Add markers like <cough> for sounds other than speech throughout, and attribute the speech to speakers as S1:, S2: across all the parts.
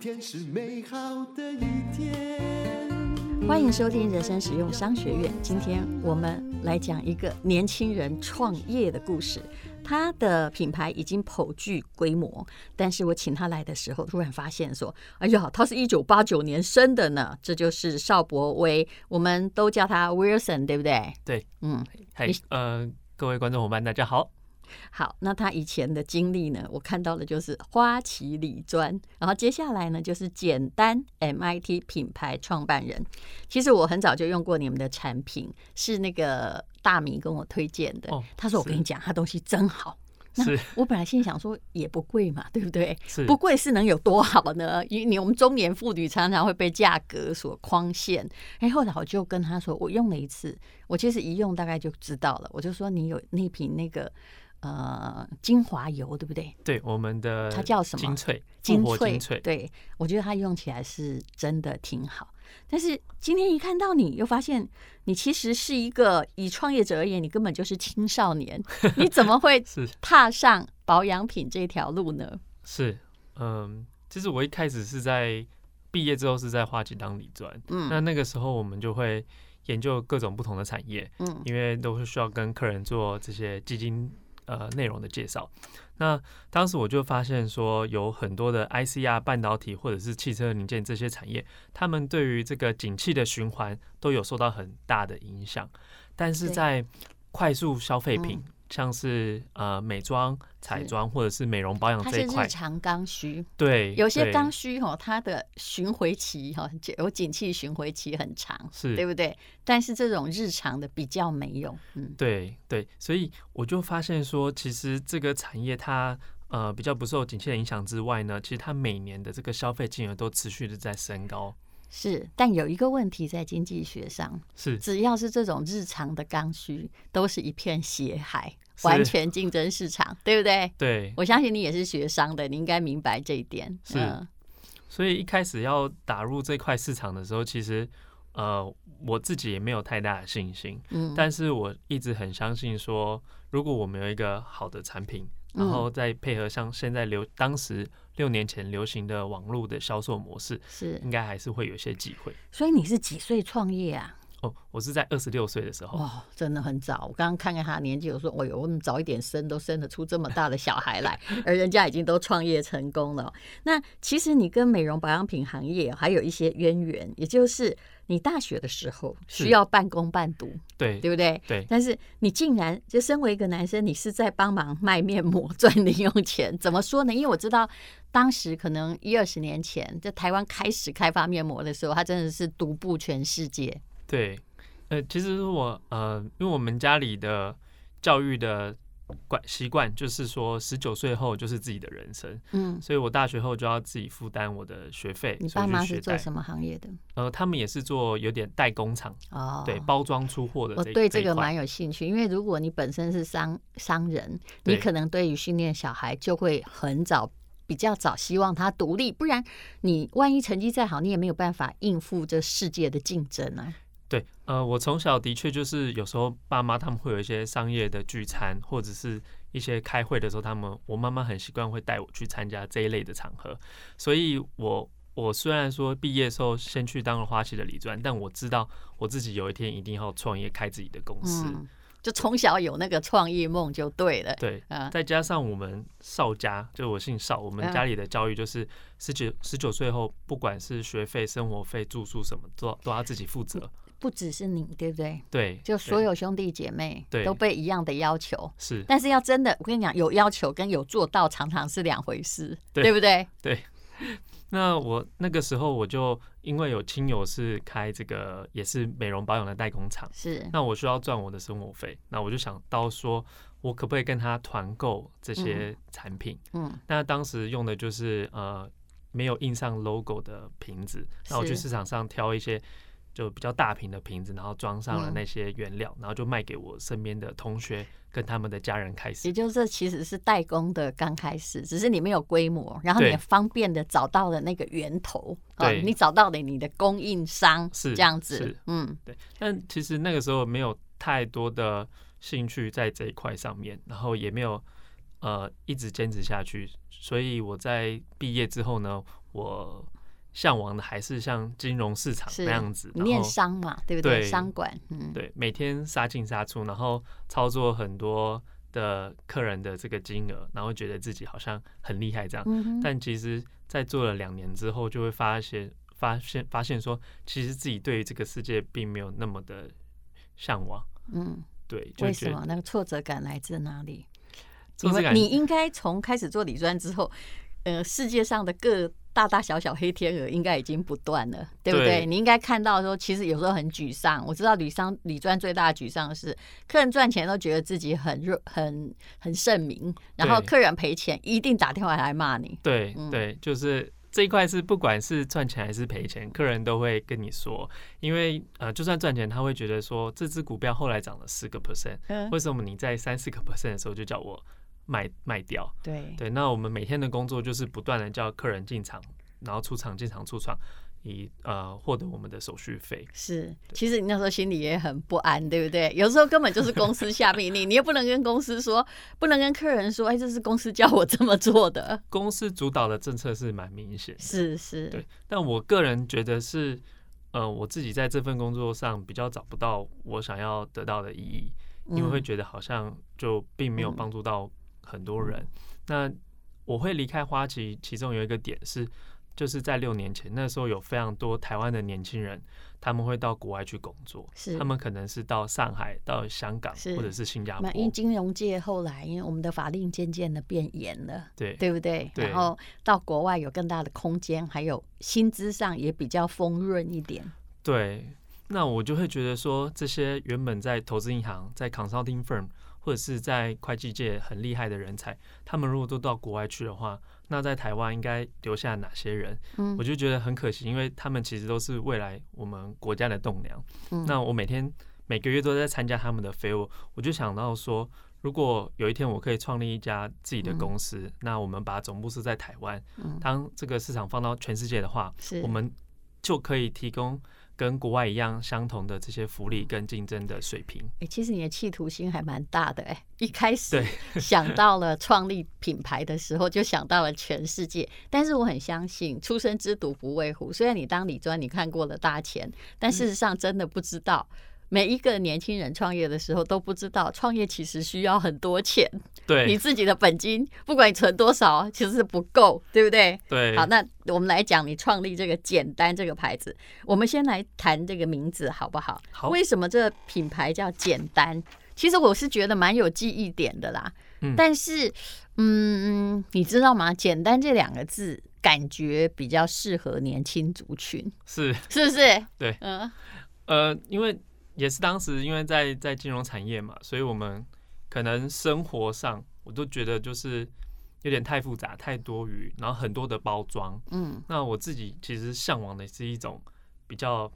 S1: 天是美好的一天。
S2: 欢迎收听人生实用商学院。今天我们来讲一个年轻人创业的故事。他的品牌已经颇具规模，但是我请他来的时候，突然发现说：“哎呀，他是一九八九年生的呢。”这就是邵博威，我们都叫他 Wilson，对不对？
S3: 对，
S2: 嗯，
S3: 嘿
S2: 你，
S3: 呃，各位观众伙伴，大家好。
S2: 好，那他以前的经历呢，我看到的就是花旗理专，然后接下来呢就是简单 MIT 品牌创办人。其实我很早就用过你们的产品，是那个大米跟我推荐的，
S3: 哦
S2: 他说我
S3: 是
S2: 跟你讲，他东西真好。那
S3: 是
S2: 我本来心想说也不贵嘛，对不对？
S3: 是
S2: 不贵是能有多好呢？因为你我们中年妇女常常会被价格所框限。哎，后来我就跟他说，我用了一次，我其实一用大概就知道了。我就说你有那瓶那个呃精华油，对不对？
S3: 对我们的
S2: 它叫什么
S3: 精粹，
S2: 精
S3: 复活
S2: 粹，
S3: 精粹。
S2: 对我觉得它用起来是真的挺好。但是今天一看到你，又发现你其实是一个以创业者而言，你根本就是青少
S3: <laughs>
S2: 年，你怎么会
S3: 是
S2: 踏上保养品这条路呢？
S3: 是，嗯，其实我一开始是在毕业之后是在花旗当理专，那
S2: 嗯
S3: 那个时候我们就会研究各种不同的产业，
S2: 嗯
S3: 因为都是需要跟客人做这些基金呃内容的介绍。那当时我就发现说，有很多的 ICR 半导体或者是汽车零件这些产业，他们对于这个景气的循环都有受到很大的影响，但是
S2: 对
S3: 在快速消费品。
S2: 嗯
S3: 像是呃美妆、彩
S2: 是
S3: 妆或者是美容保养
S2: 它
S3: 这
S2: 是
S3: 一块
S2: 日，常刚需，
S3: 对，
S2: 有些
S3: 对
S2: 刚需哈，它的巡回期哈，有景气巡回期很长，
S3: 是
S2: 对不对？但是这种日常的比较没有，嗯，
S3: 对对，所以我就发现说，其实这个产业它呃比较不受景气的影响之外呢，其实它每年的这个消费金额都持续的在升高。
S2: 是。但有一个问题在经济学上，
S3: 是
S2: 只要是这种日常的刚需，都是一片血海，
S3: 是
S2: 完全竞争市场，对不对？
S3: 对，
S2: 我相信你也是学商的，你应该明白这一点。
S3: 是
S2: 嗯
S3: 所以一开始要打入这块市场的时候，其实呃我自己也没有太大的信心，
S2: 嗯，
S3: 但是我一直很相信说，如果我们有一个好的产品，然
S2: 嗯
S3: 后再配合上现在流当时六年前流行的网络的销售模式，
S2: 是。
S3: 应该还是会有一些机会。
S2: 所以你是几岁创业啊？
S3: 哦，我是在二十六岁的时候。
S2: 哇，哦真的很早。我刚刚看看他的年纪，我说，哎呦，我们早一点生都生得出这么大的小孩来， <laughs> 而人家已经都创业成功了。那其实你跟美容保养品行业还有一些渊源，也就是你大学的时候
S3: 是
S2: 需要半工半读，
S3: 对
S2: 对不对？
S3: 对
S2: 但是你竟然就身为一个男生，你是在帮忙卖面膜 <laughs> 赚零用钱，怎么说呢？因为我知道当时可能一二十年前，在台湾开始开发面膜的时候，它真的是独步全世界。
S3: 对，呃，其实我呃，因为我们家里的教育的惯习惯就是说，十九岁后就是自己的人生，
S2: 嗯，
S3: 所以我大学后就要自己负担我的学费。
S2: 你爸妈是做
S3: 么？
S2: 什么行业的？
S3: 呃，他们也是做有点代工厂，
S2: 哦，
S3: 对，包装出货的。
S2: 我对这
S3: 这一
S2: 个
S3: 块
S2: 蛮有兴趣，因为如果你本身是商商人，你
S3: 对
S2: 可能对于训练小孩就会很早。比较早希望他独立，不然你万一成绩再好，你也没有办法应付这世界的竞争啊。
S3: 对，呃，我从小的确就是有时候爸妈他们会有一些商业的聚餐，或者是一些开会的时候，他们我妈妈很习惯会带我去参加这一类的场合，所以我我虽然说毕业的时候先去当了花旗的理专，但我知道我自己有一天一定要创业开自己的公司。
S2: 嗯，就从小有那个创业梦就对了。
S3: 对，
S2: 啊，
S3: 再加上我们邵家，就我姓邵，我们
S2: 嗯
S3: 家里的教育就是十九十九岁后，不管是学费、生活费、住宿什么，都都要自己负责。
S2: 不只是你，对不对？
S3: 对，
S2: 嗯就
S3: 对
S2: 所有兄弟姐妹
S3: 对
S2: 都被一样的要求，
S3: 是
S2: 但是要真的，我跟你讲，有要求跟有做到常常是两回事，
S3: <laughs> 对
S2: 不对？
S3: 那我那个时候我就因为有亲友是开这个也是美容保养的代工厂，
S2: 是，
S3: 那我需要赚我的生活费，那我就想到说，我可不可以跟他团购这些产品？
S2: 嗯，
S3: 那当时用的就是呃没有印上 logo 的瓶子，那我去
S2: 是
S3: 市场上挑一些就比较大瓶的瓶子，然后装上了
S2: 嗯
S3: 那些原料，然后就卖给我身边的同学跟他们的家人开
S2: 也
S3: 始。
S2: 就是这其实是代工的刚开始，只是你没有规模，然后你
S3: 对
S2: 也方便的找到了那个源头，哦
S3: 对
S2: 你找到了你的供应商，
S3: 是
S2: 这样
S3: 是
S2: 子，嗯，
S3: 但其实那个时候没有太多的兴趣在这一块上面，然后也没有呃一直坚持下去，所以我在毕业之后呢，我向往的还是像金融市场
S2: 是
S3: 那样子，
S2: 你
S3: 然
S2: 念
S3: 后
S2: 商嘛，对不对？
S3: 对
S2: 商管，嗯，
S3: 对每天杀进杀出，然后操作很多的客人的这个金额，然后觉得自己好像很厉害这样。
S2: 嗯哼，
S3: 但其实，在做了两年之后，就会发现发现发现说，其实自己对于这个世界并没有那么的向往。
S2: 嗯，
S3: 对，就
S2: 为
S3: 觉
S2: 什
S3: 得
S2: 么那个挫折感来自哪里？
S3: 做
S2: 你
S3: 这个
S2: 们
S3: 感
S2: 你应该从开始做理专之后，呃，世界上的各大大小小黑天鹅应该已经不断了，对不对？
S3: 对
S2: 你应该看到说，其实有时候很沮丧。我知道理商理专最大的沮丧的是，客人赚钱都觉得自己很弱很很盛名，然后
S3: 对
S2: 客人赔钱一定打电话来骂你。
S3: 对
S2: 嗯
S3: 对，就是这一块是不管是赚钱还是赔钱，客人都会跟你说，因为呃，就算赚钱，他会觉得说这只股票后来涨了十个 percent，
S2: 嗯，
S3: 为什么你在三四个 percent 的时候就叫我卖卖掉？
S2: 对，
S3: 对，那我们每天的工作就是不断的叫客人进场，然后出场，进场出场，以呃获得我们的手续费。
S2: 是，其实你那时候心里也很不安，对不对？有时候根本就是公司下命令，你也 <laughs> 不能跟公司说，不能跟客人说，哎，这是公司叫我这么做的。
S3: 公司主导的政策是蛮明显的，
S2: <laughs> 是是，
S3: 对，但我个人觉得是，呃，我自己在这份工作上比较找不到我想要得到的意义，因为会
S2: 嗯
S3: 觉得好像就并没有
S2: 嗯
S3: 帮助到很多人。那我会离开花旗，其中有一个点是，就是在六年前，那时候有非常多台湾的年轻人，他们会到国外去工作，
S2: 是
S3: 他们可能是到上海、到香港
S2: 是
S3: 或者是新加
S2: 那因为
S3: 坡，
S2: 金融界后来，因为我们的法令渐渐的变严了，
S3: 对
S2: 对不对？
S3: 对
S2: 然后到国外有更大的空间，还有薪资上也比较丰润一点。
S3: 对，那我就会觉得说，这些原本在投资银行、在 consulting firm 或者是在会计界很厉害的人才，他们如果都到国外去的话，那在台湾应该留下哪些人？
S2: 嗯
S3: 我就觉得很可惜，因为他们其实都是未来我们国家的栋梁。
S2: 嗯
S3: 那我每天每个月都在参加他们的 fair，我就想到说。如果有一天我可以创立一家自己的
S2: 嗯
S3: 公司，那我们把总部设在台湾，
S2: 嗯，
S3: 当这个市场放到全世界的话，
S2: 是
S3: 我们就可以提供跟国外一样相同的这些福利跟竞争的水平。
S2: 哎、其实你的企图心还蛮大的哎、一开始
S3: 对
S2: <laughs> 想到了创立品牌的时候，就想到了全世界。但是我很相信“初生之犊不畏虎”，虽然你当理专你看过了大钱，
S3: 嗯
S2: 但事实上真的不知道。每一个年轻人创业的时候都不知道，创业其实需要很多钱，你
S3: 对
S2: 自己的本金，不管你存多少，其实是不够，对不对？
S3: 对，
S2: 好，那我们来讲你创立这个简单这个牌子，我们先来谈这个名字好不好？
S3: 好
S2: 为什么这个品牌叫简单？其实我是觉得蛮有记忆点的啦，
S3: 嗯
S2: 但是，嗯，你知道吗？简单这两个字感觉比较适合年轻族群，
S3: 是
S2: 是不是？
S3: 对
S2: 嗯，
S3: 呃，因为也是当时因为在在金融产业嘛，所以我们可能生活上我都觉得就是有点太复杂、太多余，然后很多的包装。
S2: 嗯，
S3: 那我自己其实向往的是一种比较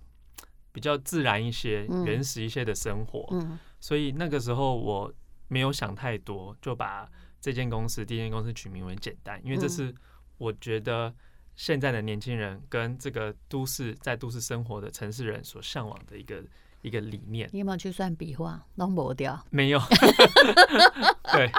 S3: 比较自然一些、
S2: 嗯
S3: 原始一些的生活。
S2: 嗯，
S3: 所以那个时候我没有想太多，就把这间公司、第一间公司取名为简单，因为这
S2: 嗯
S3: 是我觉得现在的年轻人跟这个都市在都市生活的城市人所向往的一个一个理念。
S2: 你有没有去算笔画？弄不掉。
S3: 没有，对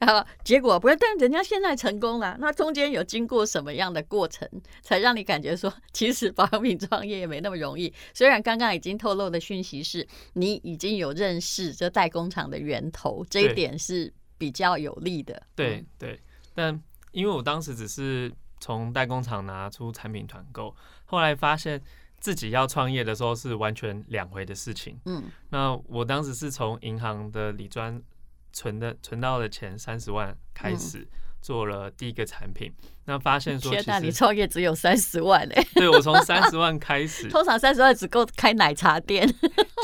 S2: 然后结果不是，但人家现在成功了，那中间有经过什么样的过程，才让你感觉说，其实保养品创业也没那么容易？虽然刚刚已经透露的讯息是你已经有认识这代工厂的源头，这一
S3: 对
S2: 点是比较有利的。
S3: 对对，但因为我当时只是从代工厂拿出产品团购，后来发现自己要创业的时候是完全两回的事情。
S2: 嗯，
S3: 那我当时是从银行的理专存的存到的钱三十万开始、做了第一个产品，那发现
S2: 嗯，
S3: 说
S2: 天哪，嗯
S3: 其
S2: 你
S3: 实
S2: 创业只有三十万哎、
S3: 对我从三十万开始，
S2: <laughs> 通常三十万只够开奶茶 <laughs> 店。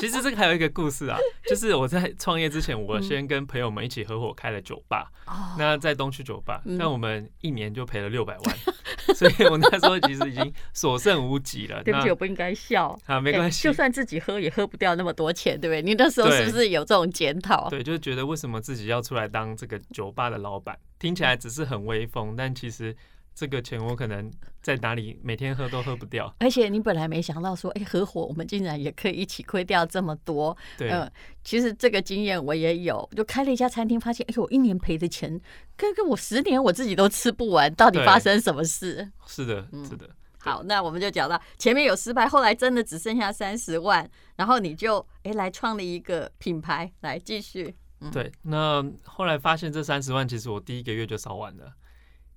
S3: 其实这个还有一个故事
S2: <laughs>
S3: 啊，就是我在创业之前，我
S2: 嗯
S3: 先跟朋友们一起合伙开了酒吧，
S2: <laughs> 哦，
S3: 那在东区酒吧，
S2: 嗯
S3: 但我们一年就赔了六百万， <laughs> 所以我那时候其实已经所剩无几了。
S2: 对不
S3: 那
S2: 起，我不应该笑。哎
S3: 啊，没关系
S2: 就，算自己喝也喝不掉那么多钱，对不对？你那时候是不是有这种检讨？
S3: 对，就是觉得为什么自己要出来当这个酒吧的老板？听起来只是很威风，但其实这个钱我可能在哪里每天喝都喝不掉。
S2: 而且你本来没想到说，哎、合伙我们竟然也可以一起亏掉这么多。
S3: 对，
S2: 嗯，其实这个经验我也有，就开了一家餐厅，发现，哎、呦，我一年赔的钱，跟跟我十年我自己都吃不完，到底
S3: 对
S2: 发生什么事？嗯
S3: 是的，是的。
S2: 好，那我们就讲到前面有失败，后来真的只剩下三十万，然后你就哎来创立一个品牌，来继续。
S3: 对，那后来发现这三十万，其实我第一个月就烧完了，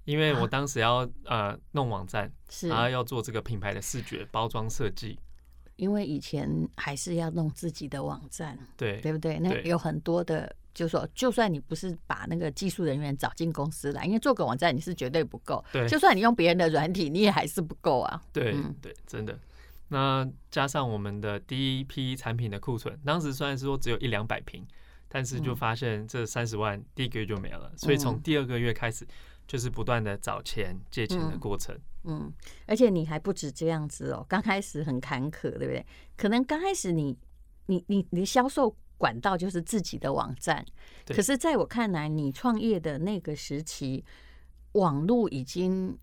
S3: 因为我当时要、呃弄网站，
S2: 啊是
S3: 然后要做这个品牌的视觉包装设计，
S2: 因为以前还是要弄自己的网站，
S3: 对
S2: 对不对？那
S3: 对
S2: 有很多的，就说就算你不是把那个技术人员找进公司来，因为做个网站你是绝对不够，
S3: 对
S2: 就算你用别人的软体，你也还是不够啊。
S3: 对、
S2: 嗯
S3: 对，真的。那加上我们的第一批产品的库存，当时虽然说只有一两百瓶，但是就发现这三十万第一个月就没了，所以从
S2: 嗯
S3: 第二个月开始，就是不断的找钱借钱的
S2: 嗯
S3: 过程。
S2: 嗯，而且你还不止这样子哦，刚开始很坎坷，对不对？可能刚开始你你你你的销售管道就是自己的网站，
S3: 对
S2: 可是在我看来，你创业的那个时期，网络已经。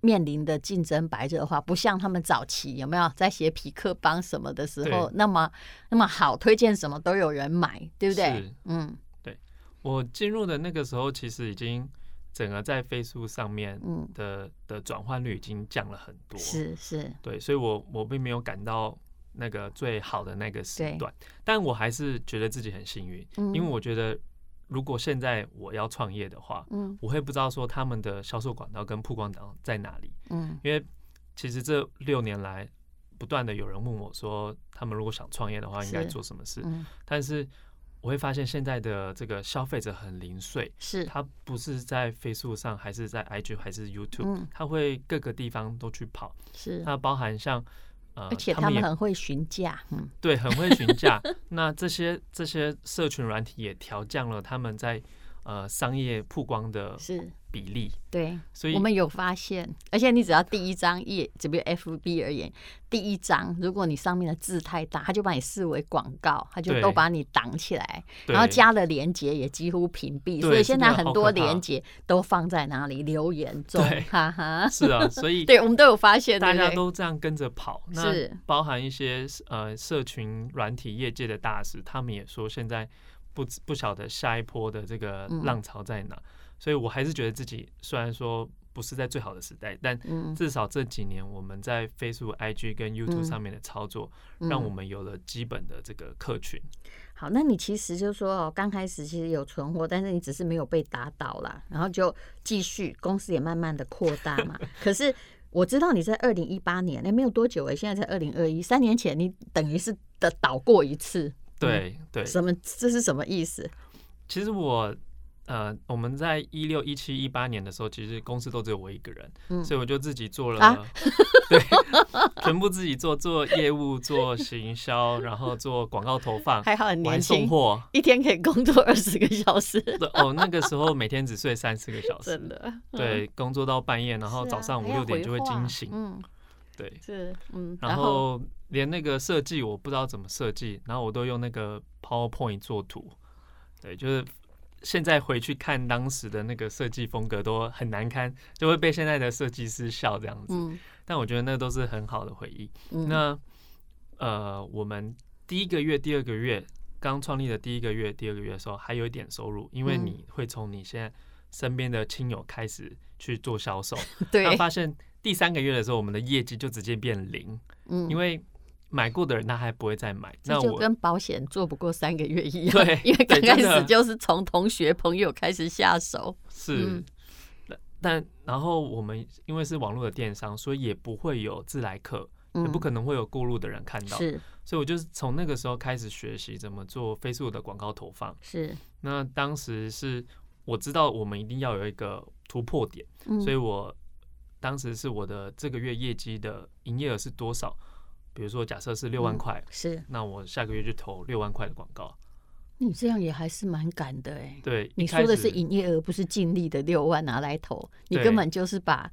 S2: 面临的竞争白热化，不像他们早期有没有在写匹克帮什么的时候
S3: 对
S2: 那么那么好，推荐什么都有人买，对不对
S3: 是？
S2: 嗯
S3: 我进入的那个时候，其实已经整个在飞速上面
S2: 嗯，
S3: 的的转换率已经降了很多，
S2: 是是，
S3: 对，所以我我并没有感到那个最好的那个时段，但我还是觉得自己很幸运，
S2: 嗯
S3: 因为我觉得如果现在我要创业的话，
S2: 嗯
S3: 我会不知道说他们的销售管道跟曝光档在哪里，
S2: 嗯
S3: 因为其实这六年来不断的有人问我说，他们如果想创业的话应该
S2: 是
S3: 做什么事，
S2: 嗯，
S3: 但是我会发现现在的这个消费者很零碎，
S2: 是
S3: 他不是在 Facebook 上，还是在 IG，还是 YouTube，、
S2: 嗯
S3: 他会各个地方都去跑。
S2: 是，
S3: 那包含像呃，
S2: 而且
S3: 他
S2: 他
S3: 也
S2: 们很会询价，嗯
S3: 对很会询
S2: <laughs>
S3: 价。那这些这些社群软体也调降了他们在呃商业曝光的
S2: 是。
S3: 比例，
S2: 对，
S3: 所以
S2: 我们有发现，而且你只要第一张页，这边 FB 而言，第一张如果你上面的字太大，他就把你视为广告，他就
S3: 对
S2: 都把你挡起来，
S3: 对
S2: 然后加了连接也几乎屏蔽，
S3: 对
S2: 所以现在
S3: 这个
S2: 很
S3: 好
S2: 多
S3: 可怕
S2: 连接都放在哪里留言中
S3: 对，
S2: 哈
S3: <laughs>
S2: 哈，
S3: 是啊，所以
S2: <laughs> 对我们都有发现，
S3: 大家
S2: 对不对
S3: 都这样跟着跑。那
S2: 是
S3: 包含一些呃社群软体业界的大使，他们也说现在不知不晓得下一波的这个
S2: 嗯
S3: 浪潮在哪，所以我还是觉得自己虽然说不是在最好的时代，但
S2: 嗯
S3: 至少这几年我们在 Facebook、IG 跟 YouTube
S2: 嗯
S3: 上面的操作，
S2: 嗯
S3: 让我们有了基本的这个客群。
S2: 好，那你其实就说哦，刚开始其实有存货，但是你只是没有被打倒啦，然后就继续，公司也慢慢的扩大嘛。可是我知道你在二零一八年，那、没有多久哎、现在才二零二一，三年前你等于是的倒过一次，
S3: 对、对，
S2: 什么这是什么意思？
S3: 其实我呃我们在一六、一七、一八年的时候，其实公司都只有我一个人，
S2: 嗯
S3: 所以我就自己做了，
S2: 啊
S3: <laughs> 对，全部自己做，做业务、做行销，然后做广告投放，
S2: 还好很
S3: 我还
S2: 年
S3: 送
S2: 轻，
S3: 货。
S2: 一天可以工作二十个小
S3: <laughs>
S2: 时，
S3: 对哦，那个时候每天只睡三四个小
S2: <laughs>
S3: 时，
S2: 真的。嗯
S3: 对，工作到半夜，然后
S2: 是啊
S3: 早上五
S2: 还要
S3: 六点就会
S2: 回话
S3: 惊醒，
S2: 嗯，
S3: 对，
S2: 是，嗯，
S3: 然后连那个设计我不知道怎么设计，然后我都用那个 PowerPoint 做图，对，就是现在回去看当时的那个设计风格都很难堪，就会被现在的设计师笑这样子。
S2: 嗯
S3: 但我觉得那都是很好的回忆。
S2: 嗯，
S3: 那呃，我们第一个月、第二个月刚创立的第一个月、第二个月的时候，还有一点收入，因为
S2: 嗯
S3: 你会从你现在身边的亲友开始去做销售，那
S2: <laughs> 对，
S3: 发现第三个月的时候，我们的业绩就直接变零。
S2: 嗯
S3: 因为买过的人他还不会再买。
S2: 这
S3: 那
S2: 就
S3: 我
S2: 跟保险做不过三个月一样，
S3: 对
S2: 因为刚开
S3: 对真
S2: 始
S3: 的
S2: 就是从同学朋友开始下手，
S3: 是
S2: 嗯，
S3: 但但然后我们因为是网络的电商，所以也不会有自来客，也不可能会有过路的人看到。
S2: 嗯是
S3: 所以我就是从那个时候开始学习怎么做 Facebook 的广告投放。
S2: 是，
S3: 那当时是我知道我们一定要有一个突破点，
S2: 嗯
S3: 所以我当时是我的这个月业绩的营业额是多少？比如说假设是六万
S2: 嗯
S3: 块，
S2: 是
S3: 那我下个月就投六万块的广告。
S2: 你这样也还是蛮敢的哎、
S3: 对，一
S2: 你
S3: 开
S2: 说的是
S3: 始
S2: 营业额，不是净利的六万拿来投，你
S3: 对
S2: 根本就是把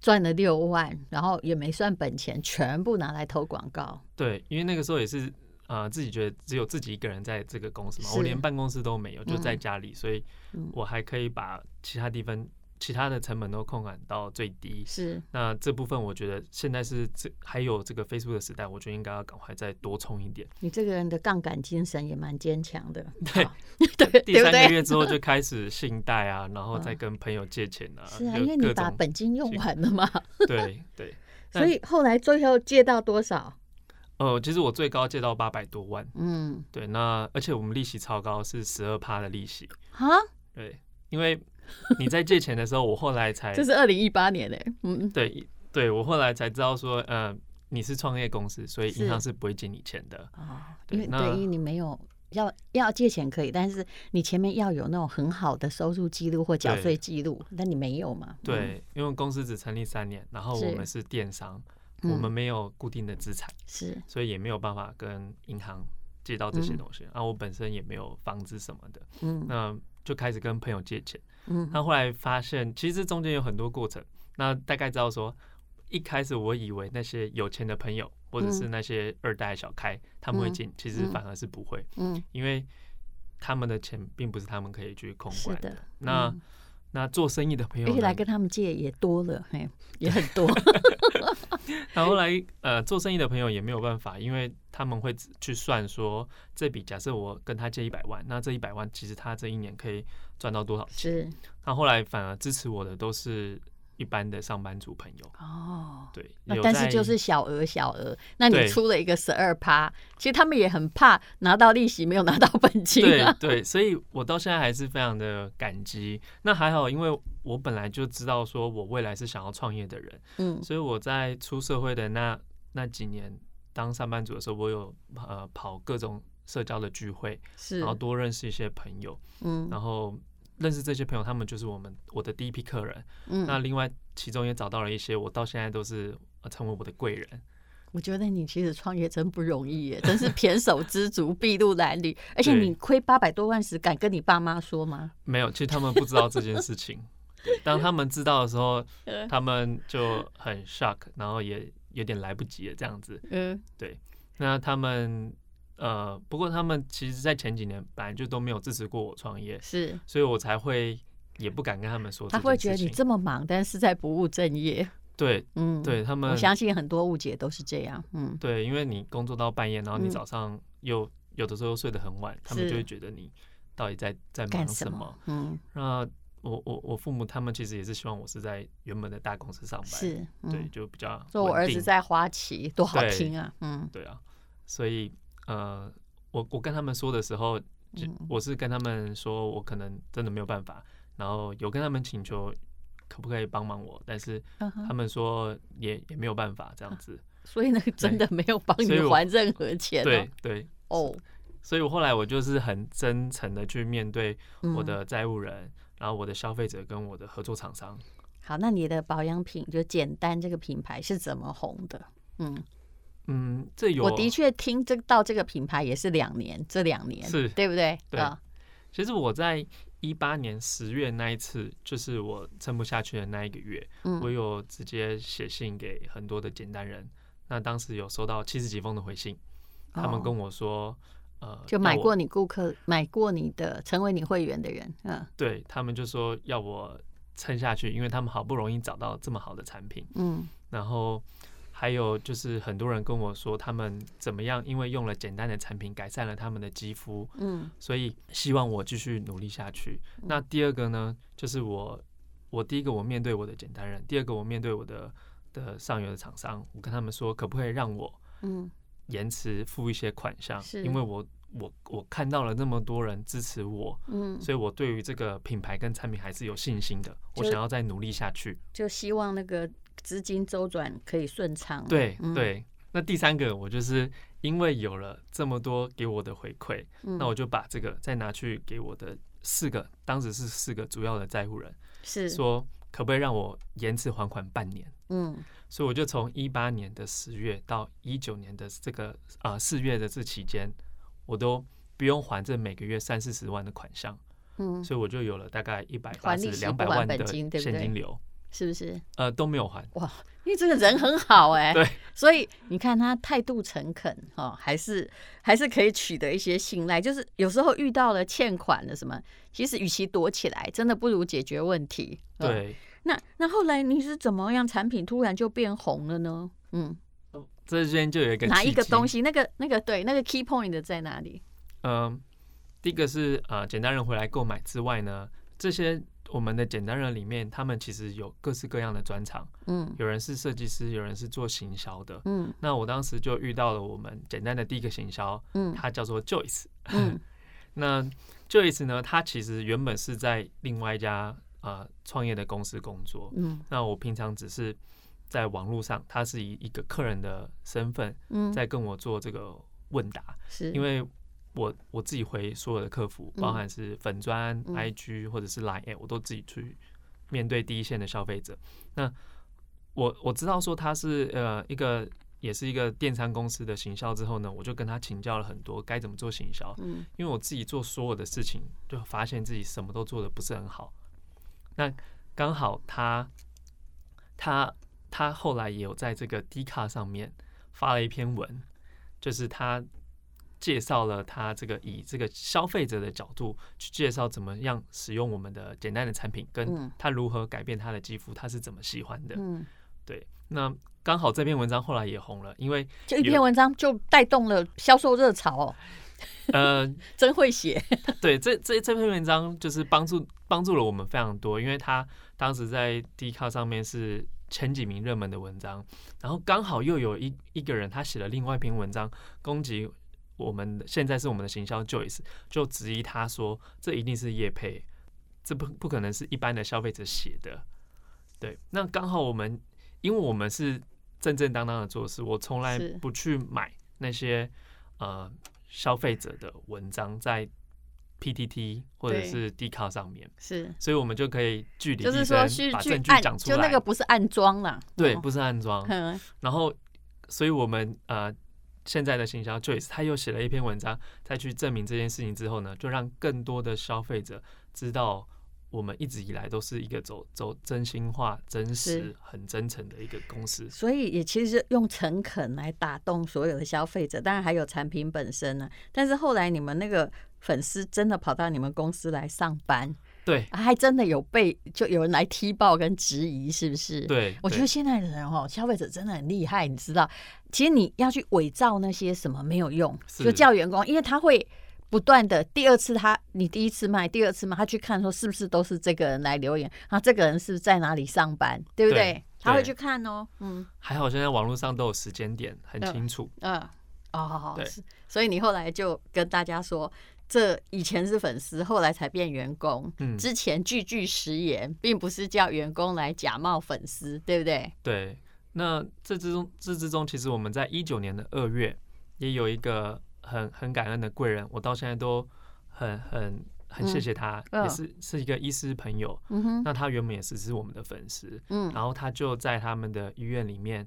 S2: 赚了六万，然后也没算本钱，全部拿来投广告，
S3: 对，因为那个时候也是啊、呃自己觉得只有自己一个人在这个公司嘛，
S2: 是
S3: 我连办公室都没有，就在
S2: 嗯
S3: 家里，所以
S2: 嗯
S3: 我还可以把其他地方、其他的成本都控管到最低。
S2: 是
S3: 那这部分我觉得现在是这还有这个 Facebook 的时代，我觉得应该要赶快再多冲一点。
S2: 你这个人的杠杆精神也蛮坚强的，
S3: 对
S2: 好 <laughs> 对
S3: 第
S2: 对不
S3: 三个
S2: 对？嗯
S3: 月之后就开
S2: <laughs>
S3: 始信贷啊，然后再跟朋友借钱啊，
S2: 是啊，
S3: 就
S2: 因为你
S3: 各
S2: 把
S3: 种
S2: 本金用
S3: 情
S2: 完了嘛，
S3: 对对那
S2: 所以后来最后借到多少？
S3: 呃，其实我最高借到八百多万，
S2: 嗯，
S3: 对，那而且我们利息超高，是十二趴的利息，
S2: 啊，
S3: 对，因为你在借钱的时候，我后
S2: <laughs>
S3: 来才
S2: 这是二零一八年
S3: 欸
S2: 嘞、嗯，
S3: 对对，我后来才知道说，呃，你是创业公司，所以
S2: 是
S3: 银行是不会借你钱的，
S2: 啊、
S3: 对
S2: 因为
S3: 那
S2: 对，因为你没有要要借钱可以，但是你前面要有那种很好的收入记录或缴
S3: 对
S2: 税记录，但你没有嘛？嗯，
S3: 对，因为公司只成立三年，然后
S2: 是
S3: 我们是电商，
S2: 嗯
S3: 我们没有固定的资产，
S2: 是
S3: 所以也没有办法跟银行借到这些
S2: 嗯
S3: 东西。啊，我本身也没有房子什么的，
S2: 嗯
S3: 那就开始跟朋友借钱。
S2: 嗯
S3: 那后来发现，其实这中间有很多过程。那大概知道说，一开始我以为那些有钱的朋友，或者是那些二代小开，他们会
S2: 嗯
S3: 进，其实
S2: 嗯
S3: 反而是不会，
S2: 嗯，
S3: 因为他们的钱并不是他们可以去控
S2: 是
S3: 管
S2: 的
S3: 那、
S2: 嗯
S3: 那做生意的朋友
S2: 而且来
S3: 呢
S2: 跟他们借也多了，
S3: <laughs>
S2: 嘿，也很多，
S3: 然后来呃做生意的朋友也没有办法，因为他们会只去算说这笔，假设我跟他借一百万，那这一百万其实他这一年可以赚到多少
S2: <laughs>
S3: 钱？
S2: 是
S3: 那后来反而支持我的都是一般的上班族朋友，
S2: 哦。
S3: 对，
S2: 那
S3: 有
S2: 但是
S3: 在
S2: 就是小额小额，那你
S3: 对
S2: 出了一个十二趴，其实他们也很怕拿到利息没有拿到本金
S3: 对
S2: 啊。
S3: 对，所以我到现在还是非常的感激。那还好，因为我本来就知道说我未来是想要创业的人，
S2: 嗯
S3: 所以我在出社会的那那几年当上班族的时候，我有呃跑各种社交的聚会，
S2: 是
S3: 然后多认识一些朋友，
S2: 嗯
S3: 然后认识这些朋友，他们就是我们我的第一批客人。那
S2: 嗯，
S3: 另外其中也找到了一些我到现在都是呃成为我的贵人，
S2: 我觉得你其实创业真不容易耶，真是胼手知足，筚路蓝缕。而且
S3: 对
S2: 你亏八百多万时，敢跟你爸妈说吗？
S3: 没有，其实他们不知道这件
S2: <laughs>
S3: 事情。对当他们知道的时候，
S2: 嗯
S3: 他们就很 shock，然后也有点来不及了这样子。
S2: 嗯，
S3: 那他们呃，不过他们其实在前几年本来就都没有支持过我创业，
S2: 是。
S3: 所以我才会也不敢跟他们说
S2: 他
S3: 这
S2: 会觉
S3: 件
S2: 得
S3: 事
S2: 你
S3: 情。
S2: 这么忙，但是在不务正业。
S3: 对
S2: 嗯，，
S3: 对，他们
S2: 我相信很多误解都是这样。嗯，
S3: 对，因为你工作到半夜，然后
S2: 嗯
S3: 你早上又、有的时候又睡得很晚，他们
S2: 是
S3: 就会觉得你到底在在
S2: 干
S3: 忙
S2: 什
S3: 什
S2: 么？嗯，
S3: 那我我我父母他们其实也是希望我是在原本的大公司上班，
S2: 是，
S3: 哎对，
S2: 嗯，
S3: 就比较
S2: 说我
S3: 稳
S2: 儿子
S3: 定
S2: 在花旗，多好
S3: 对
S2: 听啊。嗯，
S3: 对啊，所以呃，我我跟他们说的时候，就
S2: 嗯
S3: 我是跟他们说我可能真的没有办法，然后有跟他们请求可不可以帮忙我，但是
S2: 嗯哼啊
S3: 他们说也也没有办法这样子，
S2: 所以呢，真的没有帮你
S3: 所以我
S2: 还任何钱
S3: 对对，
S2: 哦。哦，
S3: 所以我后来我就是很真诚的去面对
S2: 嗯
S3: 我的债务人，然后我的消费者跟我的合作厂商。
S2: 好，那你的保养品就简单这个品牌是怎么红的？嗯，
S3: 嗯，这有
S2: 我的确听这到这个品牌也是两年，这两年
S3: 是
S2: 对不对？
S3: 对
S2: 啊
S3: 其实我在一八年十月那一次，就是我撑不下去的那一个月，
S2: 嗯
S3: 我有直接写信给很多的简单人。那当时有收到七十几封的回信，他们跟我说，呃，
S2: 哦就
S3: 要
S2: 买
S3: 我
S2: 过你顾客，买过你的，成为你会员的人，嗯
S3: 对他们就说要我撑下去，因为他们好不容易找到这么好的产品。
S2: 嗯
S3: 然后还有就是很多人跟我说，他们怎么样，因为用了简单的产品改善了他们的肌肤，
S2: 嗯
S3: 所以希望我继续努力下去。那第二个呢，就是我，我第一个我面对我的简单人，第二个我面对我的的上游的厂商，我跟他们说，可不可以让我
S2: 嗯
S3: 延迟付一些款项
S2: 是，
S3: 因为我我我看到了那么多人支持我，
S2: 嗯，
S3: 所以我对于这个品牌跟产品还是有信心的，我
S2: 就
S3: 想要再努力下去。
S2: 就希望那个资金周转可以顺畅。
S3: 对
S2: 嗯，
S3: 对。那第三个，我就是因为有了这么多给我的回馈，
S2: 嗯
S3: 那我就把这个再拿去给我的四个，当时是四个主要的债务人，
S2: 是
S3: 说可不可以让我延迟还款半年？
S2: 嗯
S3: 所以我就从一八年的十月到一九年的这个啊四、月的这期间，我都不用还这每个月三四十万的款项，
S2: 嗯，
S3: 所以我就有了大概一百八
S2: 还
S3: 十
S2: 利息
S3: 两百
S2: 不还
S3: 万的
S2: 本金对不
S3: 现
S2: 对
S3: 金流，
S2: 是不是？
S3: 呃都没有还。
S2: 哇，因为这个人很好哎、
S3: 对，
S2: 所以你看他态度诚恳哈、哦，还是还是可以取得一些信赖。就是有时候遇到了欠款的什么，其实与其躲起来，真的不如解决问题。哦，
S3: 对，
S2: 那那后来你是怎么样产品突然就变红了呢？嗯，
S3: 这边就有一个
S2: 哪一个
S3: 契机
S2: 东西？那个那个对，那个 key point 的在哪里？
S3: 呃嗯，第一个是呃，简单人回来购买之外呢，这些我们的简单人里面，他们其实有各式各样的专长，
S2: 嗯
S3: 有人是设计师，有人是做行销的。
S2: 嗯
S3: 那我当时就遇到了我们简单的第一个行销，
S2: 嗯
S3: 他叫做 Joyce。
S2: 嗯
S3: <laughs> 那 Joyce 呢，他其实原本是在另外一家啊创、业的公司工作。
S2: 嗯
S3: 那我平常只是在网络上，他是以一个客人的身份
S2: 嗯，
S3: 在跟我做这个问答，
S2: 是
S3: 因为我我自己回所有的客服，
S2: 嗯
S3: 包含是粉砖、
S2: 嗯
S3: IG 或者是 Line，App，我都哎自己去面对第一线的消费者。那我我知道说他是呃一个也是一个电商公司的行销之后呢，我就跟他请教了很多该怎么做行销，
S2: 嗯
S3: 因为我自己做所有的事情，就发现自己什么都做的不是很好。那刚好他他他后来也有在这个 D 卡上面发了一篇文，就是他介绍了他这个以这个消费者的角度去介绍怎么样使用我们的简单的产品，跟
S2: 嗯
S3: 他如何改变他的肌肤，他是怎么喜欢的。
S2: 嗯，
S3: 对，那刚好这篇文章后来也红了，因为
S2: 就一篇文章就带动了销售热潮哦，
S3: 呃
S2: 真会
S3: <laughs>
S2: 写，
S3: 对，这这这篇文章就是帮助帮助了我们非常多，因为他当时在 d 卡上面是前几名热门的文章，然后刚好又有一一个人他写了另外一篇文章攻击我们的，现在是我们的行销 Joyce，就质疑他说这一定是叶配，这不不可能是一般的消费者写的。对，那刚好我们因为我们是正正当当的做事，我从来
S2: 是
S3: 不去买那些呃消费者的文章在 PTT 或者
S2: 对
S3: 是 d 卡上面，
S2: 是，
S3: 所以我们就可以据理
S2: 就
S3: 力
S2: 是说
S3: 争
S2: 是，
S3: 把
S2: 去
S3: 证据
S2: 暗，
S3: 讲出
S2: 就
S3: 来。
S2: 那个不是暗装啦，
S3: 对，
S2: 哦
S3: 不是暗装。
S2: 嗯
S3: 然后，所以我们呃现在的行销 Joyce 他又写了一篇文章，再去证明这件事情之后呢，就让更多的消费者知道。我们一直以来都是一个走走真心话、真实
S2: 是、
S3: 很真诚的一个公司，
S2: 所以也其实用诚恳来打动所有的消费者，当然还有产品本身呢、啊但是后来你们那个粉丝真的跑到你们公司来上班，
S3: 对
S2: 啊还真的有被就有人来踢爆跟质疑，是不是？。
S3: 对。
S2: 我觉
S3: 对
S2: 得现在的人哦，消费者真的很厉害，你知道，其实你要去伪造那些什么没有用，
S3: 是
S2: 就叫员工，因为他会不断的第二次他你第一次卖，第二次卖，他去看说是不是都是这个人来留言，然后这个人是不是在哪里上班，对不对？
S3: 对
S2: 他会
S3: 对
S2: 去看哦，嗯
S3: 还好，现在网络上都有时间点，很
S2: 嗯
S3: 清楚。
S2: 嗯，哦
S3: 对，
S2: 是所以你后来就跟大家说。这以前是粉丝，后来才变员工。
S3: 嗯
S2: 之前句句食言，并不是叫员工来假冒粉丝，对不对？
S3: 对，那这之中这之中，其实我们在一九年的二月也有一个很很感恩的贵人，我到现在都很很很谢谢他，
S2: 嗯
S3: 也是是一个医师朋友。
S2: 嗯哼，
S3: 那他原本也是是我们的粉丝，
S2: 嗯
S3: 然后他就在他们的医院里面，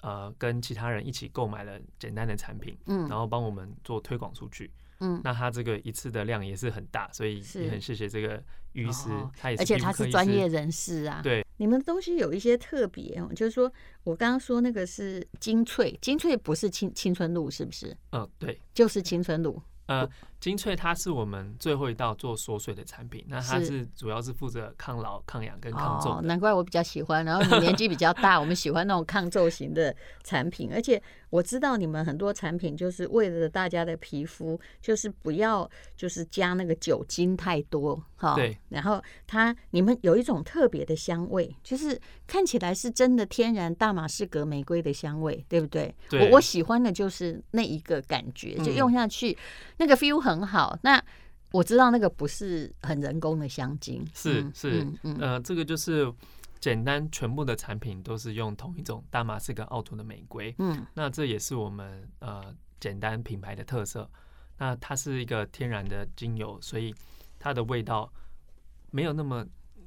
S3: 呃，跟其他人一起购买了简单的产品，
S2: 嗯
S3: 然后帮我们做推广出去。
S2: 嗯，
S3: 那他这个一次的量也是很大，所以
S2: 是
S3: 也很谢谢这个医师，
S2: 哦
S3: 他也是
S2: 而且
S3: 皮肤
S2: 他
S3: 科
S2: 是
S3: 医
S2: 专
S3: 师
S2: 业人士啊。
S3: 对，
S2: 你们的东西有一些特别哦，就是说我刚刚说那个是精粹，精粹不是青青春露，是不是？
S3: 嗯，对。
S2: 就是青春露，
S3: 呃，精粹它是我们最后一道做缩水的产品，那它
S2: 是
S3: 是主要是负责抗老、抗痒跟抗
S2: 哦
S3: 皱，的。
S2: 难怪我比较喜欢。然后你年纪比较大，我们喜欢那种抗皱型的产品， <laughs> 而且我知道你们很多产品就是为了大家的皮肤，就是不要就是加那个酒精太多哈。
S3: 对。
S2: 然后它你们有一种特别的香味，就是看起来是真的天然大马士革玫瑰的香味，对不对？
S3: 对
S2: 我我喜欢的就是那一个感觉，就
S3: 嗯
S2: 用下去、那个 feel 很好。那我知道那个不是很人工的香精，
S3: 是
S2: 嗯
S3: 是，
S2: 嗯嗯
S3: 呃，这个就是简单，全部的产品都是用同一种大马士革奥图的玫瑰，
S2: 嗯
S3: 那这也是我们呃简单品牌的特色。那它是一个天然的精油，所以它的味道没有那么，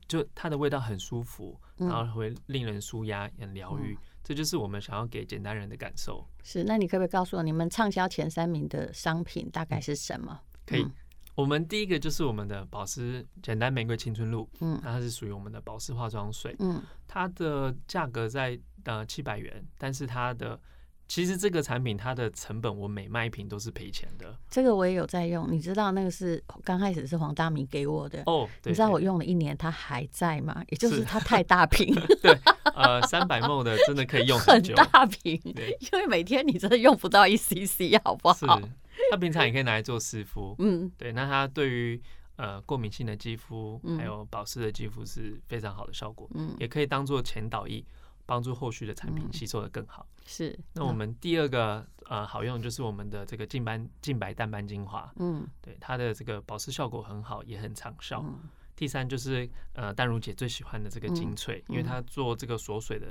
S3: 就它的味道很舒服，
S2: 嗯
S3: 然后会令人舒压、很疗愈，这就是我们想要给简单人的感受。
S2: 是，那你可不可以告诉我，你们畅销前三名的商品大概是什么？
S3: 可以
S2: 嗯。
S3: 我们第一个就是我们的保湿简单玫瑰青春露，
S2: 嗯
S3: 那它是属于我们的保湿化妆水，
S2: 嗯
S3: 它的价格在呃七百元，但是它的其实这个产品它的成本我每卖一瓶都是赔钱的
S2: 这个我也有在用，你知道那个是刚开始是黄大米给我的，
S3: 哦。对
S2: 你知道我
S3: 对
S2: 用了一年，它还在吗？也就是
S3: 是
S2: 它太大瓶，
S3: 呃三百 ml 的真的 <laughs> 可以用
S2: 很
S3: 久，
S2: 大瓶，
S3: 对
S2: 因为每天你真的用不到一 cc，好不
S3: 是
S2: 好？
S3: 它平常也可以拿来做湿敷，
S2: 嗯
S3: 对，那它对于呃过敏性的肌肤，还有保湿的肌肤是非常好的效果，
S2: 嗯，
S3: 也可以当做前导液，帮助后续的产品吸收的更好。
S2: 是。
S3: 那我们第二个呃好用就是我们的这个净斑净白淡斑精华，
S2: 嗯
S3: 对它的这个保湿效果很好，也很长效。
S2: 嗯
S3: 第三就是呃淡如姐最喜欢的这个精粹，
S2: 嗯
S3: 因为它做这个锁水的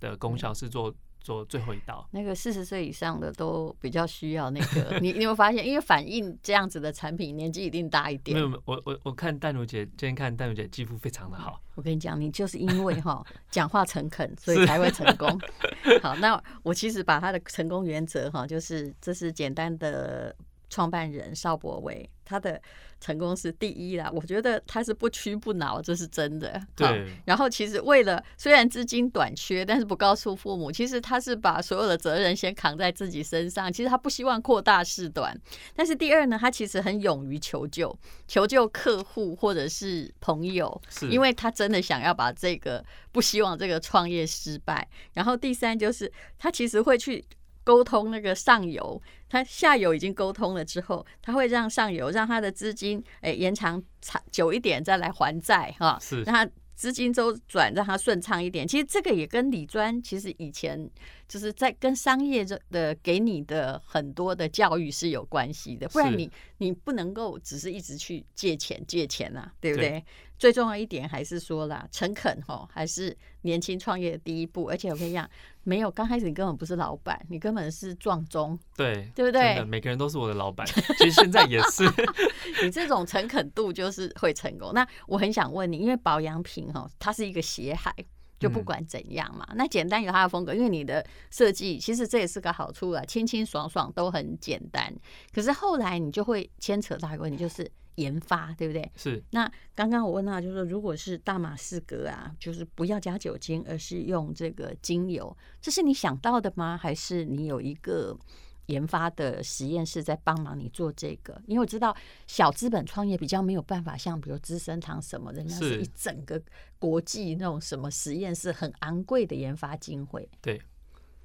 S3: 的功效是做做最后一道。
S2: 那个四十岁以上的都比较需要那个，你你有没有发现？因为反映这样子的产品，年纪一定大一
S3: 没
S2: 点。
S3: 有，没有我我我看淡如姐今天看淡如姐肌肤非常的好，
S2: 我跟你讲，你就是因为哈讲话诚恳，所以才会成功。 <laughs> 好，那我其实把他的成功原则哈，就是这是简单的创办人邵博维，他的成功是第一啦。我觉得他是不屈不挠，这是真的。好
S3: 对
S2: 然后其实为了虽然资金短缺，但是不告诉父母，其实他是把所有的责任先扛在自己身上。其实他不希望扩大事端，但是第二呢，他其实很勇于求救，求救客户或者是朋友，
S3: 是
S2: 因为他真的想要把这个不希望这个创业失败。然后第三就是他其实会去沟通那个上游，他下游已经沟通了之后，他会让上游让他的资金诶、延长长久一点再来还债哈，
S3: 是
S2: 让他资金周转让它顺畅一点。其实这个也跟李专其实以前就是在跟商业这的给你的很多的教育是有关系的，不然
S3: 是
S2: 你你不能够只是一直去借钱借钱啊，对不
S3: 对
S2: 对最重要一点还是说啦，诚恳吼，还是年轻创业的第一步。而且我跟你讲，没有刚开始你根本不是老板，你根本是撞钟，
S3: 对
S2: 对不对
S3: 真的每个人都是我的老板，其实现在也是 <laughs>
S2: 你这种诚恳度就是会成功。那我很想问你，因为保养品哈、哦，它是一个血海。就不
S3: 嗯
S2: 管怎样嘛，那简单有它的风格，因为你的设计其实这也是个好处啊，清清爽爽都很简单。可是后来你就会牵扯到一个问题，就是研发，对不对？
S3: 是
S2: 那刚刚我问到，就是说如果是大马士革啊，就是不要加酒精，而是用这个精油，这是你想到的吗？还是你有一个研发的实验室在帮忙你做这个？因为我知道小资本创业比较没有办法，像比如资生堂什么的，人家是
S3: 是
S2: 一整个国际那种什么实验室很昂贵的研发经费。
S3: 对。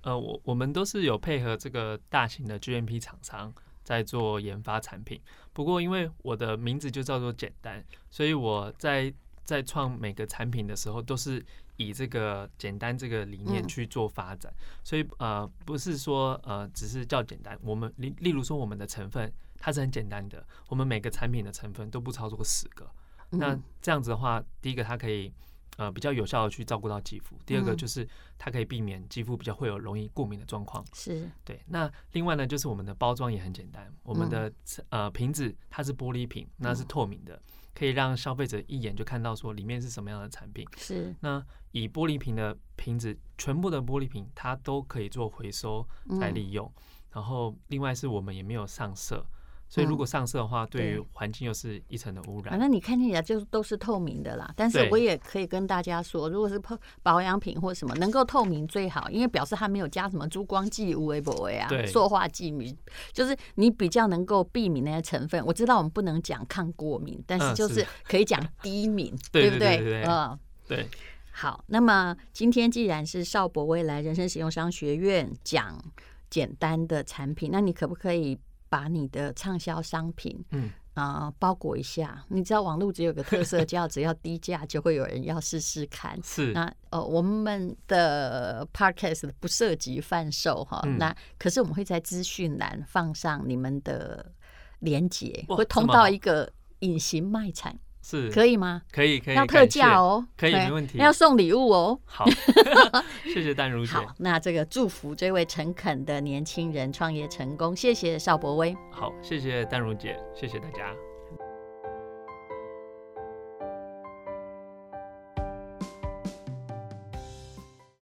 S3: 呃，我我们都是有配合这个大型的 GMP 厂商在做研发产品。不过因为我的名字就叫做简单，所以我在在创每个产品的时候都是以这个简单这个理念
S2: 嗯
S3: 去做发展。所以呃，不是说呃只是叫简单，我们例例如说我们的成分它是很简单的，我们每个产品的成分都不超过十个。那
S2: 嗯
S3: 这样子的话，第一个它可以呃比较有效的去照顾到肌肤，第二个
S2: 嗯
S3: 就是它可以避免肌肤比较会有容易过敏的状况。
S2: 是
S3: 对，那另外呢，就是我们的包装也很简单，我们
S2: 嗯
S3: 的、呃瓶子它是玻璃瓶，那是透明的，可以让消费者一眼就看到说里面是什么样的产品。
S2: 是，
S3: 那以玻璃瓶的瓶子，全部的玻璃瓶它都可以做回收再
S2: 嗯
S3: 利用。然后另外是我们也没有上色，所以如
S2: 嗯
S3: 果上色的话，对于
S2: 对
S3: 环境又是一层的污染
S2: 反。啊正你看起来就是都是透明的啦，但是
S3: 对
S2: 我也可以跟大家说，如果是保保养品或什么能够透明最好，因为表示它没有加什么珠光剂、无微不微啊
S3: 对、
S2: 塑化剂，你就是你比较能够避免那些成分。我知道我们不能讲抗过敏，但是
S3: 嗯
S2: 就是是可以讲低敏，
S3: <laughs> 对
S2: 不
S3: 对对对对
S2: 嗯，
S3: 对，
S2: 好，那么今天既然是邵博未来人生使用商学院讲简单的产品，那你可不可以把你的畅销商品，
S3: 嗯
S2: 啊、包裹一下？你知道网络只有个特
S3: <laughs>
S2: 色叫只要低价就会有人要试试看。
S3: 是
S2: 那呃，我们的 podcast 不涉及贩售哈，
S3: 嗯
S2: 那可是我们会在资讯栏放上你们的连接，
S3: 哇
S2: 会
S3: 这
S2: 通
S3: 么
S2: 到
S3: 好
S2: 一个隐形卖场，
S3: 是
S2: 可以吗？
S3: 可以可以
S2: 要特
S3: 感谢
S2: 价哦，
S3: 可以
S2: 对
S3: 没问题
S2: 要送礼物哦。 <laughs>
S3: 好，谢谢淡如姐。
S2: 好，那这个祝福这位诚恳的年轻人创业成功，谢谢邵博威。
S3: 好，谢谢淡如姐，谢谢大家。